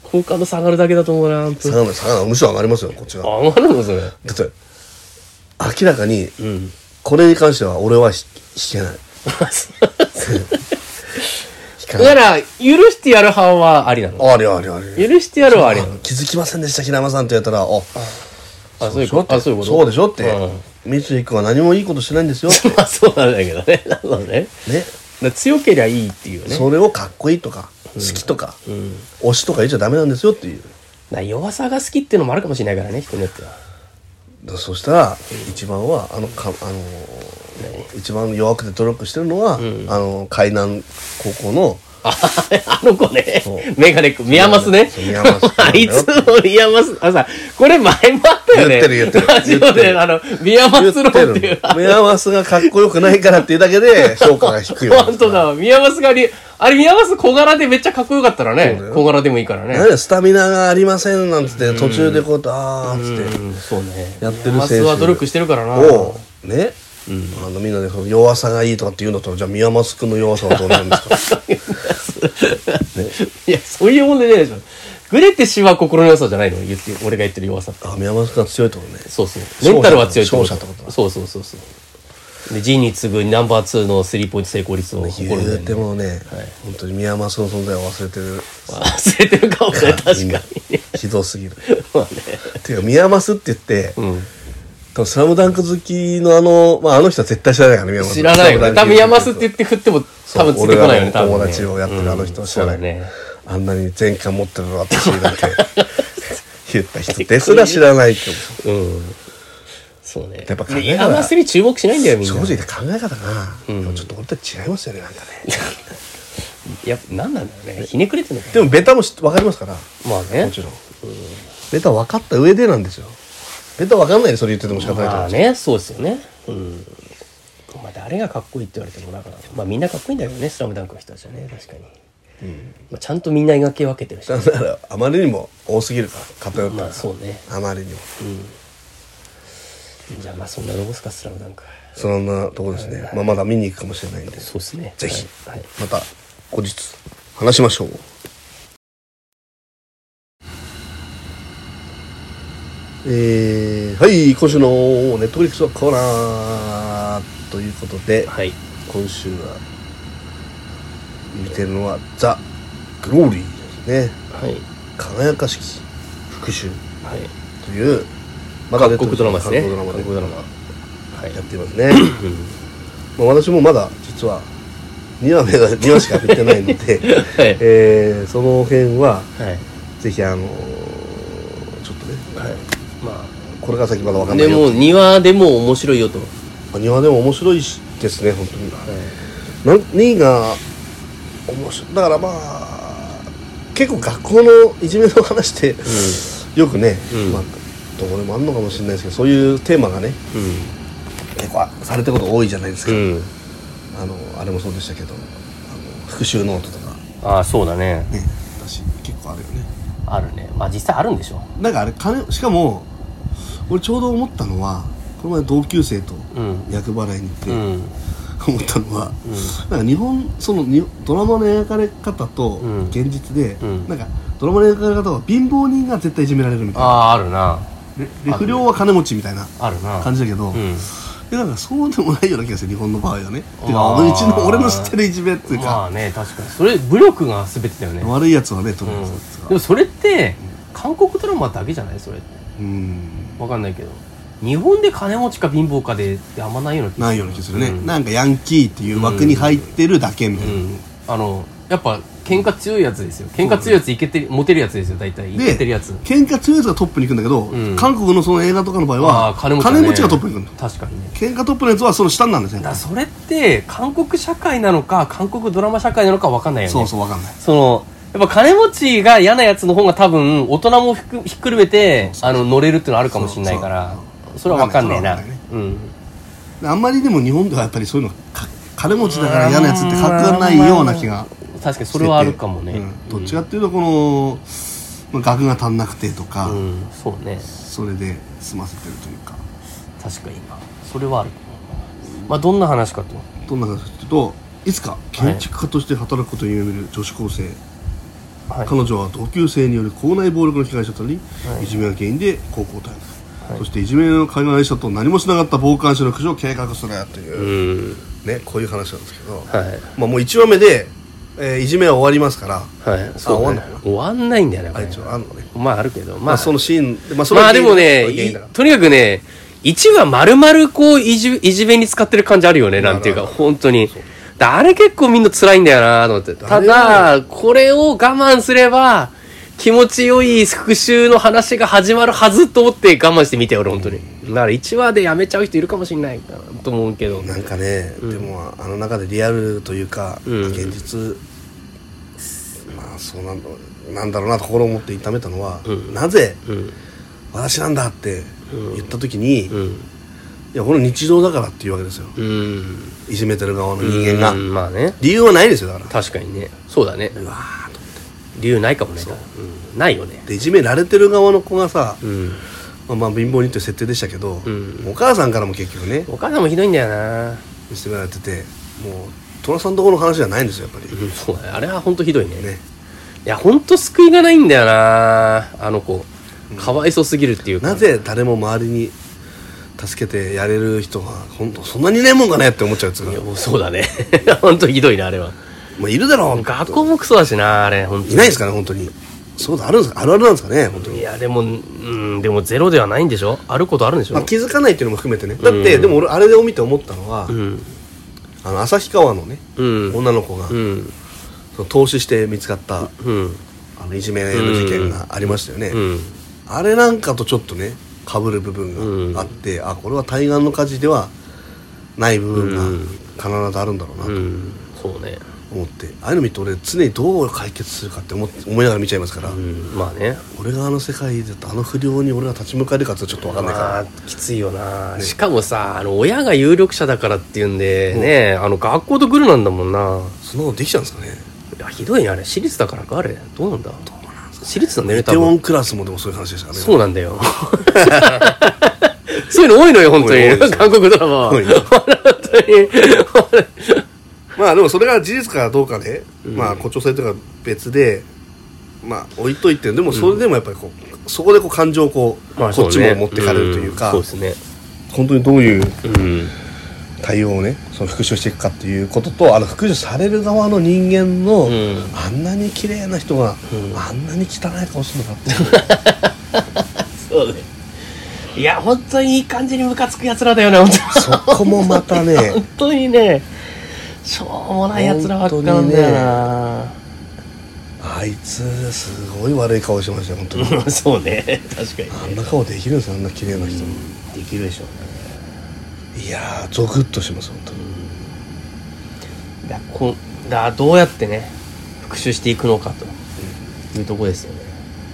[SPEAKER 2] 好感度下がるだけだと思うな本当
[SPEAKER 1] 下
[SPEAKER 2] に
[SPEAKER 1] がらない下がらないむしろ上がりますよこっちがだ
[SPEAKER 2] あ上がるのそれ
[SPEAKER 1] って明らかに
[SPEAKER 2] うん
[SPEAKER 1] これに関しては俺はひ引けない引か
[SPEAKER 2] だ
[SPEAKER 1] ない
[SPEAKER 2] から許してやる派はありなの
[SPEAKER 1] あれあれあれ
[SPEAKER 2] 許してやるはありなの
[SPEAKER 1] 気づきませんでした平山さんって言ったらあ
[SPEAKER 2] あそういうことあそういうこと
[SPEAKER 1] そうでしょって
[SPEAKER 2] うん
[SPEAKER 1] 三井君は何もいいことしてないんですよって
[SPEAKER 2] まあそうなんだけどねな るほどね
[SPEAKER 1] ね
[SPEAKER 2] だから強けりゃいいっていうね
[SPEAKER 1] それをかっこいいとか好きとか推しとか言っちゃダメなんですよっていう
[SPEAKER 2] だから弱さが好きっていうのもあるかもしれないからね人によっては
[SPEAKER 1] だそしたら一番はあのかあのー一番弱くて努力してるのは、あの海南高校の
[SPEAKER 2] ああの子ね
[SPEAKER 1] そう、
[SPEAKER 2] メガネ君、見やますね
[SPEAKER 1] そう見やます。
[SPEAKER 2] あいつも見やます。あ、さ、これ前もあったよね。
[SPEAKER 1] 言ってる言ってる
[SPEAKER 2] ラジオ
[SPEAKER 1] 言って
[SPEAKER 2] で、
[SPEAKER 1] る
[SPEAKER 2] あの、見やま
[SPEAKER 1] 言って
[SPEAKER 2] すろってい
[SPEAKER 1] る
[SPEAKER 2] う。
[SPEAKER 1] の目合わせがかっこよくないからっていうだけで評価が低いわけ
[SPEAKER 2] 本当だ、宮益がり、あれ宮益小柄でめっちゃかっこよかったらね
[SPEAKER 1] だ、よ
[SPEAKER 2] 小柄でもいいから
[SPEAKER 1] なん
[SPEAKER 2] ね。
[SPEAKER 1] でスタミナがありませんなんつって途中でこうやってあーっつって
[SPEAKER 2] うん、そうね。
[SPEAKER 1] やってる選手
[SPEAKER 2] 宮益は努力してるからな。
[SPEAKER 1] をね、あのみんなでその弱さがいいとかって言うのとじゃあ宮益君の弱さはどうなんですか
[SPEAKER 2] いや、そういう問題じゃないでしょ。グレてしは心の良さじゃないの言って、俺が言ってる弱さって。
[SPEAKER 1] あ宮益君は強いと思うね
[SPEAKER 2] そうそう。メンタルは強い
[SPEAKER 1] 勝者ってことだ
[SPEAKER 2] そうそうそうそう。で、ジンに次ぐナンバー2のスリーポイント成功率を誇るんだ
[SPEAKER 1] 言
[SPEAKER 2] よ
[SPEAKER 1] う
[SPEAKER 2] ね
[SPEAKER 1] てもね、本当に宮益の存在を忘れてる
[SPEAKER 2] 忘れて るかもね、 確かにね。
[SPEAKER 1] ひどすぎる
[SPEAKER 2] まあね。
[SPEAKER 1] ていうか宮益って言って、多分スラムダンク好きのあの、まあ、あの人は絶対知らないからね、宮本
[SPEAKER 2] 知らないよね。多分山須って言
[SPEAKER 1] て、
[SPEAKER 2] って振っても
[SPEAKER 1] そ
[SPEAKER 2] 多
[SPEAKER 1] う
[SPEAKER 2] 分ついてこないよ
[SPEAKER 1] 俺ら
[SPEAKER 2] ね、
[SPEAKER 1] の
[SPEAKER 2] 多分ね。
[SPEAKER 1] 友達をやってるあの人は知らない。
[SPEAKER 2] うんそうだね。
[SPEAKER 1] あんなに全巻持ってる私なんて言った人ですら知らないけど。
[SPEAKER 2] うん。そうね。
[SPEAKER 1] やっぱ考え
[SPEAKER 2] で
[SPEAKER 1] たら
[SPEAKER 2] 山須に注目しないんだ よ、みん
[SPEAKER 1] 正
[SPEAKER 2] な。
[SPEAKER 1] 直ね考え方が、ちょっと俺たち違いますよね、なんかね。
[SPEAKER 2] いや、なんなんだろうね。ひねくれてんのか
[SPEAKER 1] でもベタもし分かりますから、も
[SPEAKER 2] なまあね。
[SPEAKER 1] ちろん。ベタ分かった上でなんですよ。ベタ分かんないでそれ言ってても仕方ないと
[SPEAKER 2] ま
[SPEAKER 1] 思
[SPEAKER 2] あ
[SPEAKER 1] う。
[SPEAKER 2] ね、そうですよね。うん。まあ誰がかっこいいって言われてもなんか、まあみんなかっこいいんだけどね、スラムダンクの人たちはね、確かに。まあ、ちゃんとみんな描き分けてるし。
[SPEAKER 1] だから、あまりにも多すぎるから、偏った
[SPEAKER 2] ま
[SPEAKER 1] ら
[SPEAKER 2] あそうね。
[SPEAKER 1] あまりにも。
[SPEAKER 2] じゃあまあそんなとこですか、スラムダンク。
[SPEAKER 1] そんなところですね。まあ、まだ見に行くかもしれないんで、
[SPEAKER 2] そうですね。
[SPEAKER 1] ぜひ
[SPEAKER 2] はいはい
[SPEAKER 1] また後日話しましょう。えー、はい、今週のネットフリックスのコーナーということで、
[SPEAKER 2] はい。
[SPEAKER 1] 今週は見てるのはザ・グローリーですね。
[SPEAKER 2] はい。
[SPEAKER 1] 輝かしき復讐
[SPEAKER 2] はい。
[SPEAKER 1] という、ま
[SPEAKER 2] 韓国ドラマですね。
[SPEAKER 1] 韓国ドラマで
[SPEAKER 2] 韓国ドラマ。はい
[SPEAKER 1] やっていますね、まあ、私もまだ実は2話目 が2話しか見てないので、
[SPEAKER 2] はい
[SPEAKER 1] えーその辺は
[SPEAKER 2] はい。
[SPEAKER 1] ぜひあのーちょっとね
[SPEAKER 2] ま
[SPEAKER 1] これから先まだ分か
[SPEAKER 2] あ、
[SPEAKER 1] んな
[SPEAKER 2] で
[SPEAKER 1] いよ
[SPEAKER 2] も庭でも面白いよと。は
[SPEAKER 1] 2話でも面白いしですね本当に、なん2が面白いだからまあ結構学校のいじめの話って、よくね、
[SPEAKER 2] うん
[SPEAKER 1] まあ、どこでもあるのかもしれないですけどそういうテーマがね
[SPEAKER 2] い。
[SPEAKER 1] 結構あされてること多いじゃないですか、
[SPEAKER 2] うん。うん。
[SPEAKER 1] あのあれもそうでしたけどあの復讐ノートとか
[SPEAKER 2] ああ、そうだね。
[SPEAKER 1] ね私結構あるよね
[SPEAKER 2] あるね。まあ実際あるんでしょ。
[SPEAKER 1] なんかあれ金しかも俺ちょうど思ったのはこの前同級生と
[SPEAKER 2] うん。
[SPEAKER 1] 役払いに行って、
[SPEAKER 2] うん。
[SPEAKER 1] 思ったのは、なんか日本そのにドラマの描かれ方と
[SPEAKER 2] うん
[SPEAKER 1] 現実で、
[SPEAKER 2] うん
[SPEAKER 1] なんかドラマの描かれ方は貧乏人が絶対いじめられるみたい
[SPEAKER 2] あ
[SPEAKER 1] な
[SPEAKER 2] あ、あるな。
[SPEAKER 1] でで不良は金持ちみたいな
[SPEAKER 2] あるな。
[SPEAKER 1] 感じだけど、
[SPEAKER 2] うん。
[SPEAKER 1] でなんかそうでもないような気がする日本の場合はね
[SPEAKER 2] あー
[SPEAKER 1] てかあのうちの俺の知ってるいじめっていう
[SPEAKER 2] ま
[SPEAKER 1] か、
[SPEAKER 2] あね、確かに。それ、武力が全てだよね。
[SPEAKER 1] 悪いやつはねとりあえず
[SPEAKER 2] うん。でもそれって、韓国ドラマだけじゃないそれって。
[SPEAKER 1] うん
[SPEAKER 2] わかんないけど。日本で金持ちか貧乏かでってあんまないような気が
[SPEAKER 1] ないような気がするね、
[SPEAKER 2] うん
[SPEAKER 1] なんかヤンキーっていう枠に入ってるだけみたいな、
[SPEAKER 2] うん、あのやっぱ喧嘩強いやつですよ喧嘩強いやついけてるモテるやつですよ大体いけてるやつ
[SPEAKER 1] 喧嘩強いやつがトップに行くんだけど、
[SPEAKER 2] うん
[SPEAKER 1] 韓国のその映画とかの場合は
[SPEAKER 2] あー金持ちだね
[SPEAKER 1] 金持ちがトップに行くんだ
[SPEAKER 2] 確かにね
[SPEAKER 1] 喧嘩トップのやつはその下になるんです
[SPEAKER 2] だ
[SPEAKER 1] ね
[SPEAKER 2] からそれって韓国社会なのか韓国ドラマ社会なのか分かんないよね
[SPEAKER 1] そうそうわかんない
[SPEAKER 2] そのやっぱ金持ちが嫌なやつの方が多分大人もひっくひっくるめてあの乗れるっていうのあるかもしれないから
[SPEAKER 1] そうそう
[SPEAKER 2] それは分かんないな
[SPEAKER 1] わかんないね
[SPEAKER 2] うん
[SPEAKER 1] あんまりでも日本ではやっぱりそういうのか金持ちだから嫌なやつってかっこないような気がしてて
[SPEAKER 2] 確かにそれはあるかもね、
[SPEAKER 1] うんどっちかっていうとこの、まあ、額が足んなくてとか、
[SPEAKER 2] うんそうね
[SPEAKER 1] それで済ませてるというか
[SPEAKER 2] 確かになそれはあるまあどんな話かと
[SPEAKER 1] どんな話かというといつか建築家として働くことを夢見る女子高生、
[SPEAKER 2] はい
[SPEAKER 1] 彼女は同級生による校内暴力の被害者となり、
[SPEAKER 2] はい
[SPEAKER 1] い、じめが原因で高校退学、
[SPEAKER 2] はい
[SPEAKER 1] そしていじめの加害者と何もしなかった傍観者の駆除を計画すると
[SPEAKER 2] う
[SPEAKER 1] いう、
[SPEAKER 2] ん
[SPEAKER 1] ねこういう話なんですけど、
[SPEAKER 2] はい
[SPEAKER 1] まあ、もう1話目で、えーいじめは終わりますから
[SPEAKER 2] はい、そう、
[SPEAKER 1] 終わん
[SPEAKER 2] ね
[SPEAKER 1] ないの、
[SPEAKER 2] 終わんないんだよね、こ
[SPEAKER 1] あ
[SPEAKER 2] れ
[SPEAKER 1] 一応あんのね、
[SPEAKER 2] まああるけど、ま
[SPEAKER 1] ま
[SPEAKER 2] あ、
[SPEAKER 1] あ、そのシーンまあそれ
[SPEAKER 2] ま
[SPEAKER 1] が
[SPEAKER 2] あでもね、
[SPEAKER 1] 原因
[SPEAKER 2] い
[SPEAKER 1] だから
[SPEAKER 2] とにかくね、1は丸々こういじ、いじめに使ってる感じあるよね、なんていうか、
[SPEAKER 1] まあ
[SPEAKER 2] 本当に。だあれ結構みんな辛いんだよなと思って。
[SPEAKER 1] あ
[SPEAKER 2] た
[SPEAKER 1] れは
[SPEAKER 2] だ、これを我慢すれば、気持ちよい復讐の話が始まるはずと思って我慢して見てよ、俺本当に。だから1話でやめちゃう人いるかもしれないかなと思うけど。
[SPEAKER 1] なんかね、でもあの中でリアルというか、
[SPEAKER 2] うん
[SPEAKER 1] 現実まあそうなんだなんだろうなと心を持って痛めたのは、なぜ
[SPEAKER 2] うん。
[SPEAKER 1] 私なんだって言った時に、
[SPEAKER 2] う
[SPEAKER 1] い
[SPEAKER 2] ん。
[SPEAKER 1] やこの日常だからっていうわけですよ
[SPEAKER 2] うん。
[SPEAKER 1] いじめてる側の人間が、
[SPEAKER 2] うんまあね。
[SPEAKER 1] 理由はないですよだから
[SPEAKER 2] 確かにね。そうだね。
[SPEAKER 1] うわーっと思っ
[SPEAKER 2] 理由ないかもね、うん、ないよね
[SPEAKER 1] てでいじめられてる側の子がさ、
[SPEAKER 2] うん
[SPEAKER 1] まあ、まあ貧乏人という設定でしたけど、
[SPEAKER 2] ん
[SPEAKER 1] お母さんからも結局ね
[SPEAKER 2] お母さんもひどいんだよな
[SPEAKER 1] いじめられててもう寅さんとこの話じゃないんですよやっぱり、
[SPEAKER 2] うんそうだねあれは本当ひどいね
[SPEAKER 1] ね
[SPEAKER 2] いや本当救いがないんだよなあの子かわいそうすぎるっていうか
[SPEAKER 1] なぜ誰も周りに助けてやれる人が本当そんなにねえもんかねって思っちゃうやつ
[SPEAKER 2] いや
[SPEAKER 1] が、
[SPEAKER 2] もうそうだね 本当ひどいなあれは
[SPEAKER 1] まあ、いるだろう
[SPEAKER 2] 学校もクソだしなあれ本当に
[SPEAKER 1] いないですかね本当にそうだあるんですあるあるなんですかね本当に
[SPEAKER 2] いやでもうんでもゼロではないんでしょあることあるんでしょ
[SPEAKER 1] まあ、気づかないっていうのも含めてねだって、
[SPEAKER 2] うん
[SPEAKER 1] でも俺あれを見て思ったのは、
[SPEAKER 2] うん
[SPEAKER 1] あの旭川のね、
[SPEAKER 2] うん
[SPEAKER 1] 女の子が、
[SPEAKER 2] うん
[SPEAKER 1] その投資して見つかった
[SPEAKER 2] うん
[SPEAKER 1] あのいじめの事件がありましたよね、
[SPEAKER 2] うん
[SPEAKER 1] あれなんかとちょっとねかぶる部分があって、あこれは対岸の火事ではない部分が
[SPEAKER 2] うん
[SPEAKER 1] 必ずあるんだろうな
[SPEAKER 2] う
[SPEAKER 1] と
[SPEAKER 2] んそうね
[SPEAKER 1] 思って、ああいうの見て俺常にどう解決するかって思って思いながら見ちゃいますから、
[SPEAKER 2] うんまあね
[SPEAKER 1] 俺があの世界だとあの不良に俺が立ち向かえるかってちょっと分かんないから、
[SPEAKER 2] まあきついよな、しかもさあの親が有力者だからっていうんで、ねあの学校とグルなんだもんな
[SPEAKER 1] そんなことできちゃうんですかね
[SPEAKER 2] いやひどいねあれ私立だからかあれどうなんだ私立なんだよね
[SPEAKER 1] イ
[SPEAKER 2] 多
[SPEAKER 1] テウォ
[SPEAKER 2] 分
[SPEAKER 1] ンクラスもでもそういう話でしたからね
[SPEAKER 2] そうなんだよ そういうの多いのよ本当
[SPEAKER 1] 多い多い
[SPEAKER 2] に
[SPEAKER 1] です
[SPEAKER 2] 韓国ドラマは
[SPEAKER 1] 多い
[SPEAKER 2] 本当に
[SPEAKER 1] まあでもそれが事実かどうかね、まあ誇張性とか別でまあ置いといてでもそれでもやっぱりこう、そこでこう感情をこう、
[SPEAKER 2] まあ
[SPEAKER 1] こっち
[SPEAKER 2] そうね
[SPEAKER 1] も持ってかれるというか、
[SPEAKER 2] んそうです
[SPEAKER 1] 本当にどういう
[SPEAKER 2] ねうん
[SPEAKER 1] 対応をねその復讐していくかっていうこととあの復讐される側の人間の、
[SPEAKER 2] うん
[SPEAKER 1] あんなに綺麗な人が、
[SPEAKER 2] うん
[SPEAKER 1] あんなに汚い顔するのかっていう
[SPEAKER 2] そうねいや本当にいい感じにムカつくやつらだよね本当に
[SPEAKER 1] そこもまた ね
[SPEAKER 2] 本当にねしょうもないやつらばっかなんだよな、
[SPEAKER 1] あいつすごい悪い顔してましたよ本当に
[SPEAKER 2] うん そうね確か
[SPEAKER 1] あ
[SPEAKER 2] に
[SPEAKER 1] ん
[SPEAKER 2] ね
[SPEAKER 1] な顔できるんですよあんな綺麗な人も、
[SPEAKER 2] できるでしょうね
[SPEAKER 1] いやーゾクッとします本当に
[SPEAKER 2] だこだどうやってね復讐していくのかというとこですよね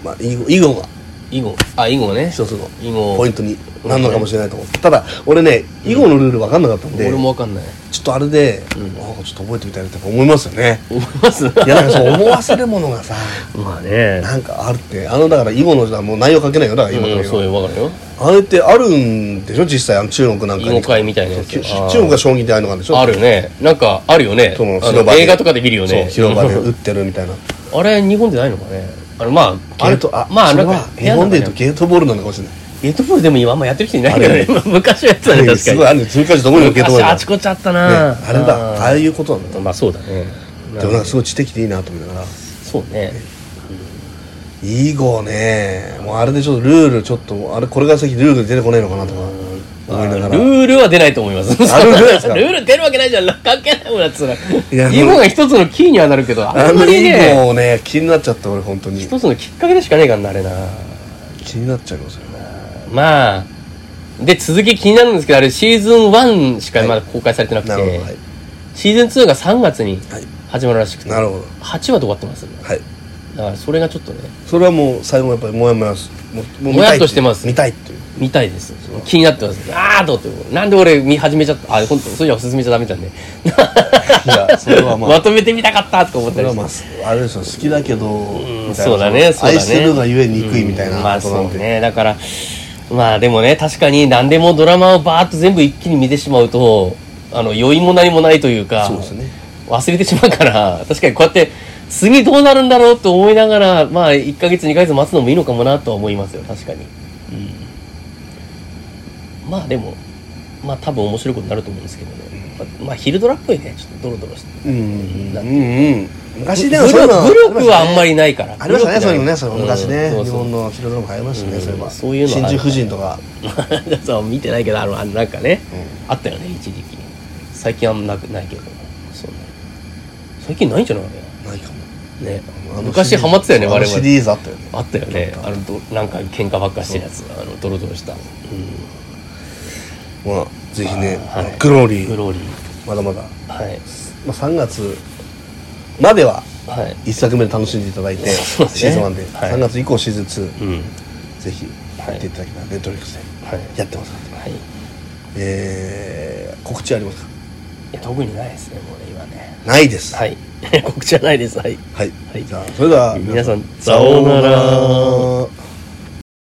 [SPEAKER 1] まあ以後以後が
[SPEAKER 2] 以後あ以後ね
[SPEAKER 1] 一つの
[SPEAKER 2] 以後
[SPEAKER 1] ポイントになるのかもしれないと思うただ俺ね囲碁のルール分かんなかったんで、
[SPEAKER 2] 俺もわかんない
[SPEAKER 1] ちょっとあれで、
[SPEAKER 2] うん
[SPEAKER 1] なんかちょっと覚えてみたいなって思いますよね
[SPEAKER 2] 思い ます
[SPEAKER 1] いやなんかそう思わせるものがさ
[SPEAKER 2] まあね
[SPEAKER 1] なんかあるってあのだから囲碁の人はもう内容書けないよだから囲碁の
[SPEAKER 2] うん
[SPEAKER 1] 人
[SPEAKER 2] そうよわかるよ
[SPEAKER 1] あれってあるんでしょ実際あの中国なんか
[SPEAKER 2] 囲碁界みたいなやつ
[SPEAKER 1] そうき
[SPEAKER 2] あー
[SPEAKER 1] 中国が将棋でああいうのがあるんでしょ
[SPEAKER 2] あるよねなんかあるよね
[SPEAKER 1] その
[SPEAKER 2] あ
[SPEAKER 1] 広場
[SPEAKER 2] の
[SPEAKER 1] で
[SPEAKER 2] 映画とかで見るよね
[SPEAKER 1] そう広場で打ってるみたい な
[SPEAKER 2] あれ日本でないのかねあのまあ
[SPEAKER 1] ゲートあ
[SPEAKER 2] まあ
[SPEAKER 1] そ
[SPEAKER 2] な
[SPEAKER 1] れ
[SPEAKER 2] んか
[SPEAKER 1] は日本でいうと
[SPEAKER 2] 部
[SPEAKER 1] ゲートボールなのかも しれない
[SPEAKER 2] 屋の中にゲートボールでも今あんまやってる人いないけどね 昔はやってたね確かに
[SPEAKER 1] すごいあるんで通過したと思うよゲートボー
[SPEAKER 2] 昔
[SPEAKER 1] ルが
[SPEAKER 2] あちこちあった
[SPEAKER 1] ね
[SPEAKER 2] な、
[SPEAKER 1] あれだああいうことなんだ
[SPEAKER 2] まあそうだね
[SPEAKER 1] でもなんかすごい知的でいいなと思いながら
[SPEAKER 2] そうね
[SPEAKER 1] 囲碁ねもうあれでちょっとルールちょっとあれこれが先ルール出てこないのかなとか思いながら
[SPEAKER 2] ルールは出ないと思います
[SPEAKER 1] あルールないですか
[SPEAKER 2] ルール出るわけないじゃん関係ないもんだっつうの
[SPEAKER 1] いや
[SPEAKER 2] 囲碁が一つのキーにはなるけどあ
[SPEAKER 1] あ
[SPEAKER 2] んま
[SPEAKER 1] の
[SPEAKER 2] り
[SPEAKER 1] 囲
[SPEAKER 2] ね
[SPEAKER 1] 碁をね気になっちゃった俺本当に
[SPEAKER 2] 一つのきっかけでしかねえからなあれな
[SPEAKER 1] 気になっちゃいますよね
[SPEAKER 2] まあで続き気になるんですけどあれシーズン1しかまだ公開されてなくて、
[SPEAKER 1] なるほどはい
[SPEAKER 2] シーズン2が3月に
[SPEAKER 1] はい
[SPEAKER 2] 始まるらしくて、
[SPEAKER 1] なるほど
[SPEAKER 2] 8話で終わってます
[SPEAKER 1] はい
[SPEAKER 2] だからそれがちょっとね
[SPEAKER 1] それはもう最後やっぱりもやもやすももう
[SPEAKER 2] もや
[SPEAKER 1] 見たい
[SPEAKER 2] っと
[SPEAKER 1] っいう
[SPEAKER 2] してます
[SPEAKER 1] 見たいっていう
[SPEAKER 2] 見たいです気になってますああどうってなんで俺見始めちゃったあ本当そういやおすすめちゃダメじゃんね
[SPEAKER 1] いやそれは ま
[SPEAKER 2] ま
[SPEAKER 1] あ
[SPEAKER 2] とめてみたかったと思っ
[SPEAKER 1] そ
[SPEAKER 2] た
[SPEAKER 1] れ
[SPEAKER 2] り
[SPEAKER 1] は
[SPEAKER 2] して
[SPEAKER 1] まああれですよ好きだけどみたいな
[SPEAKER 2] そうだねそうだね
[SPEAKER 1] 愛するがゆえにくいみたい
[SPEAKER 2] うんま
[SPEAKER 1] な
[SPEAKER 2] あ
[SPEAKER 1] こ
[SPEAKER 2] そ
[SPEAKER 1] となん
[SPEAKER 2] う
[SPEAKER 1] で
[SPEAKER 2] ねだからまあでもね確かに何でもドラマをバーッと全部一気に見てしまうとあの余韻も何もないというか
[SPEAKER 1] そうですね
[SPEAKER 2] 忘れてしまうから確かにこうやって次どうなるんだろうと思いながらまあ1ヶ月2ヶ月待つのもいいのかもなとは思いますよ確かに、うん、まあでもまあ多分面白いことになると思うんですけどね、まあ、まあ昼ドラっぽいねちょっとドロドロして
[SPEAKER 1] うんうんうんうん昔でも
[SPEAKER 2] 武
[SPEAKER 1] そういう
[SPEAKER 2] 力
[SPEAKER 1] の
[SPEAKER 2] 武力はあんま
[SPEAKER 1] り
[SPEAKER 2] りないから
[SPEAKER 1] ありましたね、そういうのね、それ
[SPEAKER 2] う
[SPEAKER 1] も
[SPEAKER 2] ん
[SPEAKER 1] 昔ね、
[SPEAKER 2] そう
[SPEAKER 1] 日
[SPEAKER 2] そう
[SPEAKER 1] 本の白ドラマ流行りましたね、
[SPEAKER 2] うん
[SPEAKER 1] そういえば。
[SPEAKER 2] そういうのは
[SPEAKER 1] 真珠夫人とか。
[SPEAKER 2] そう見てないけどあのあのなんかね、
[SPEAKER 1] う
[SPEAKER 2] あったよね一時期最近はなくないけどそうね最近ないんじゃないか
[SPEAKER 1] ないかも。
[SPEAKER 2] なね
[SPEAKER 1] あの
[SPEAKER 2] 昔
[SPEAKER 1] シリーズ
[SPEAKER 2] ハマってたよね
[SPEAKER 1] あ
[SPEAKER 2] 我
[SPEAKER 1] の
[SPEAKER 2] 々
[SPEAKER 1] シリーズあったよね。
[SPEAKER 2] あったよねあのどなんか喧嘩ばっかしてるやつあのドロドロした、
[SPEAKER 1] まあ、ぜひね
[SPEAKER 2] あーはい、
[SPEAKER 1] グローリ
[SPEAKER 2] グ
[SPEAKER 1] ー、
[SPEAKER 2] ローリ
[SPEAKER 1] まだまだ。
[SPEAKER 2] ーはい
[SPEAKER 1] まあ、3月までは、
[SPEAKER 2] はい
[SPEAKER 1] 1作目で楽しんでいただいて、
[SPEAKER 2] そうです
[SPEAKER 1] シ
[SPEAKER 2] ね
[SPEAKER 1] ーズン1で。
[SPEAKER 2] はい
[SPEAKER 1] 3月以降、シーズン2、
[SPEAKER 2] うん
[SPEAKER 1] ぜひ、入っていただけたら、ネットフリックスで
[SPEAKER 2] はい
[SPEAKER 1] やってます。
[SPEAKER 2] はいい
[SPEAKER 1] えー、告知ありますか
[SPEAKER 2] や特にないですねもうね今ね
[SPEAKER 1] ないです。
[SPEAKER 2] はい 告知はないですはい
[SPEAKER 1] はい
[SPEAKER 2] はい
[SPEAKER 1] じゃあ、それでは、
[SPEAKER 2] 皆さん
[SPEAKER 1] さような
[SPEAKER 2] さような
[SPEAKER 1] ら。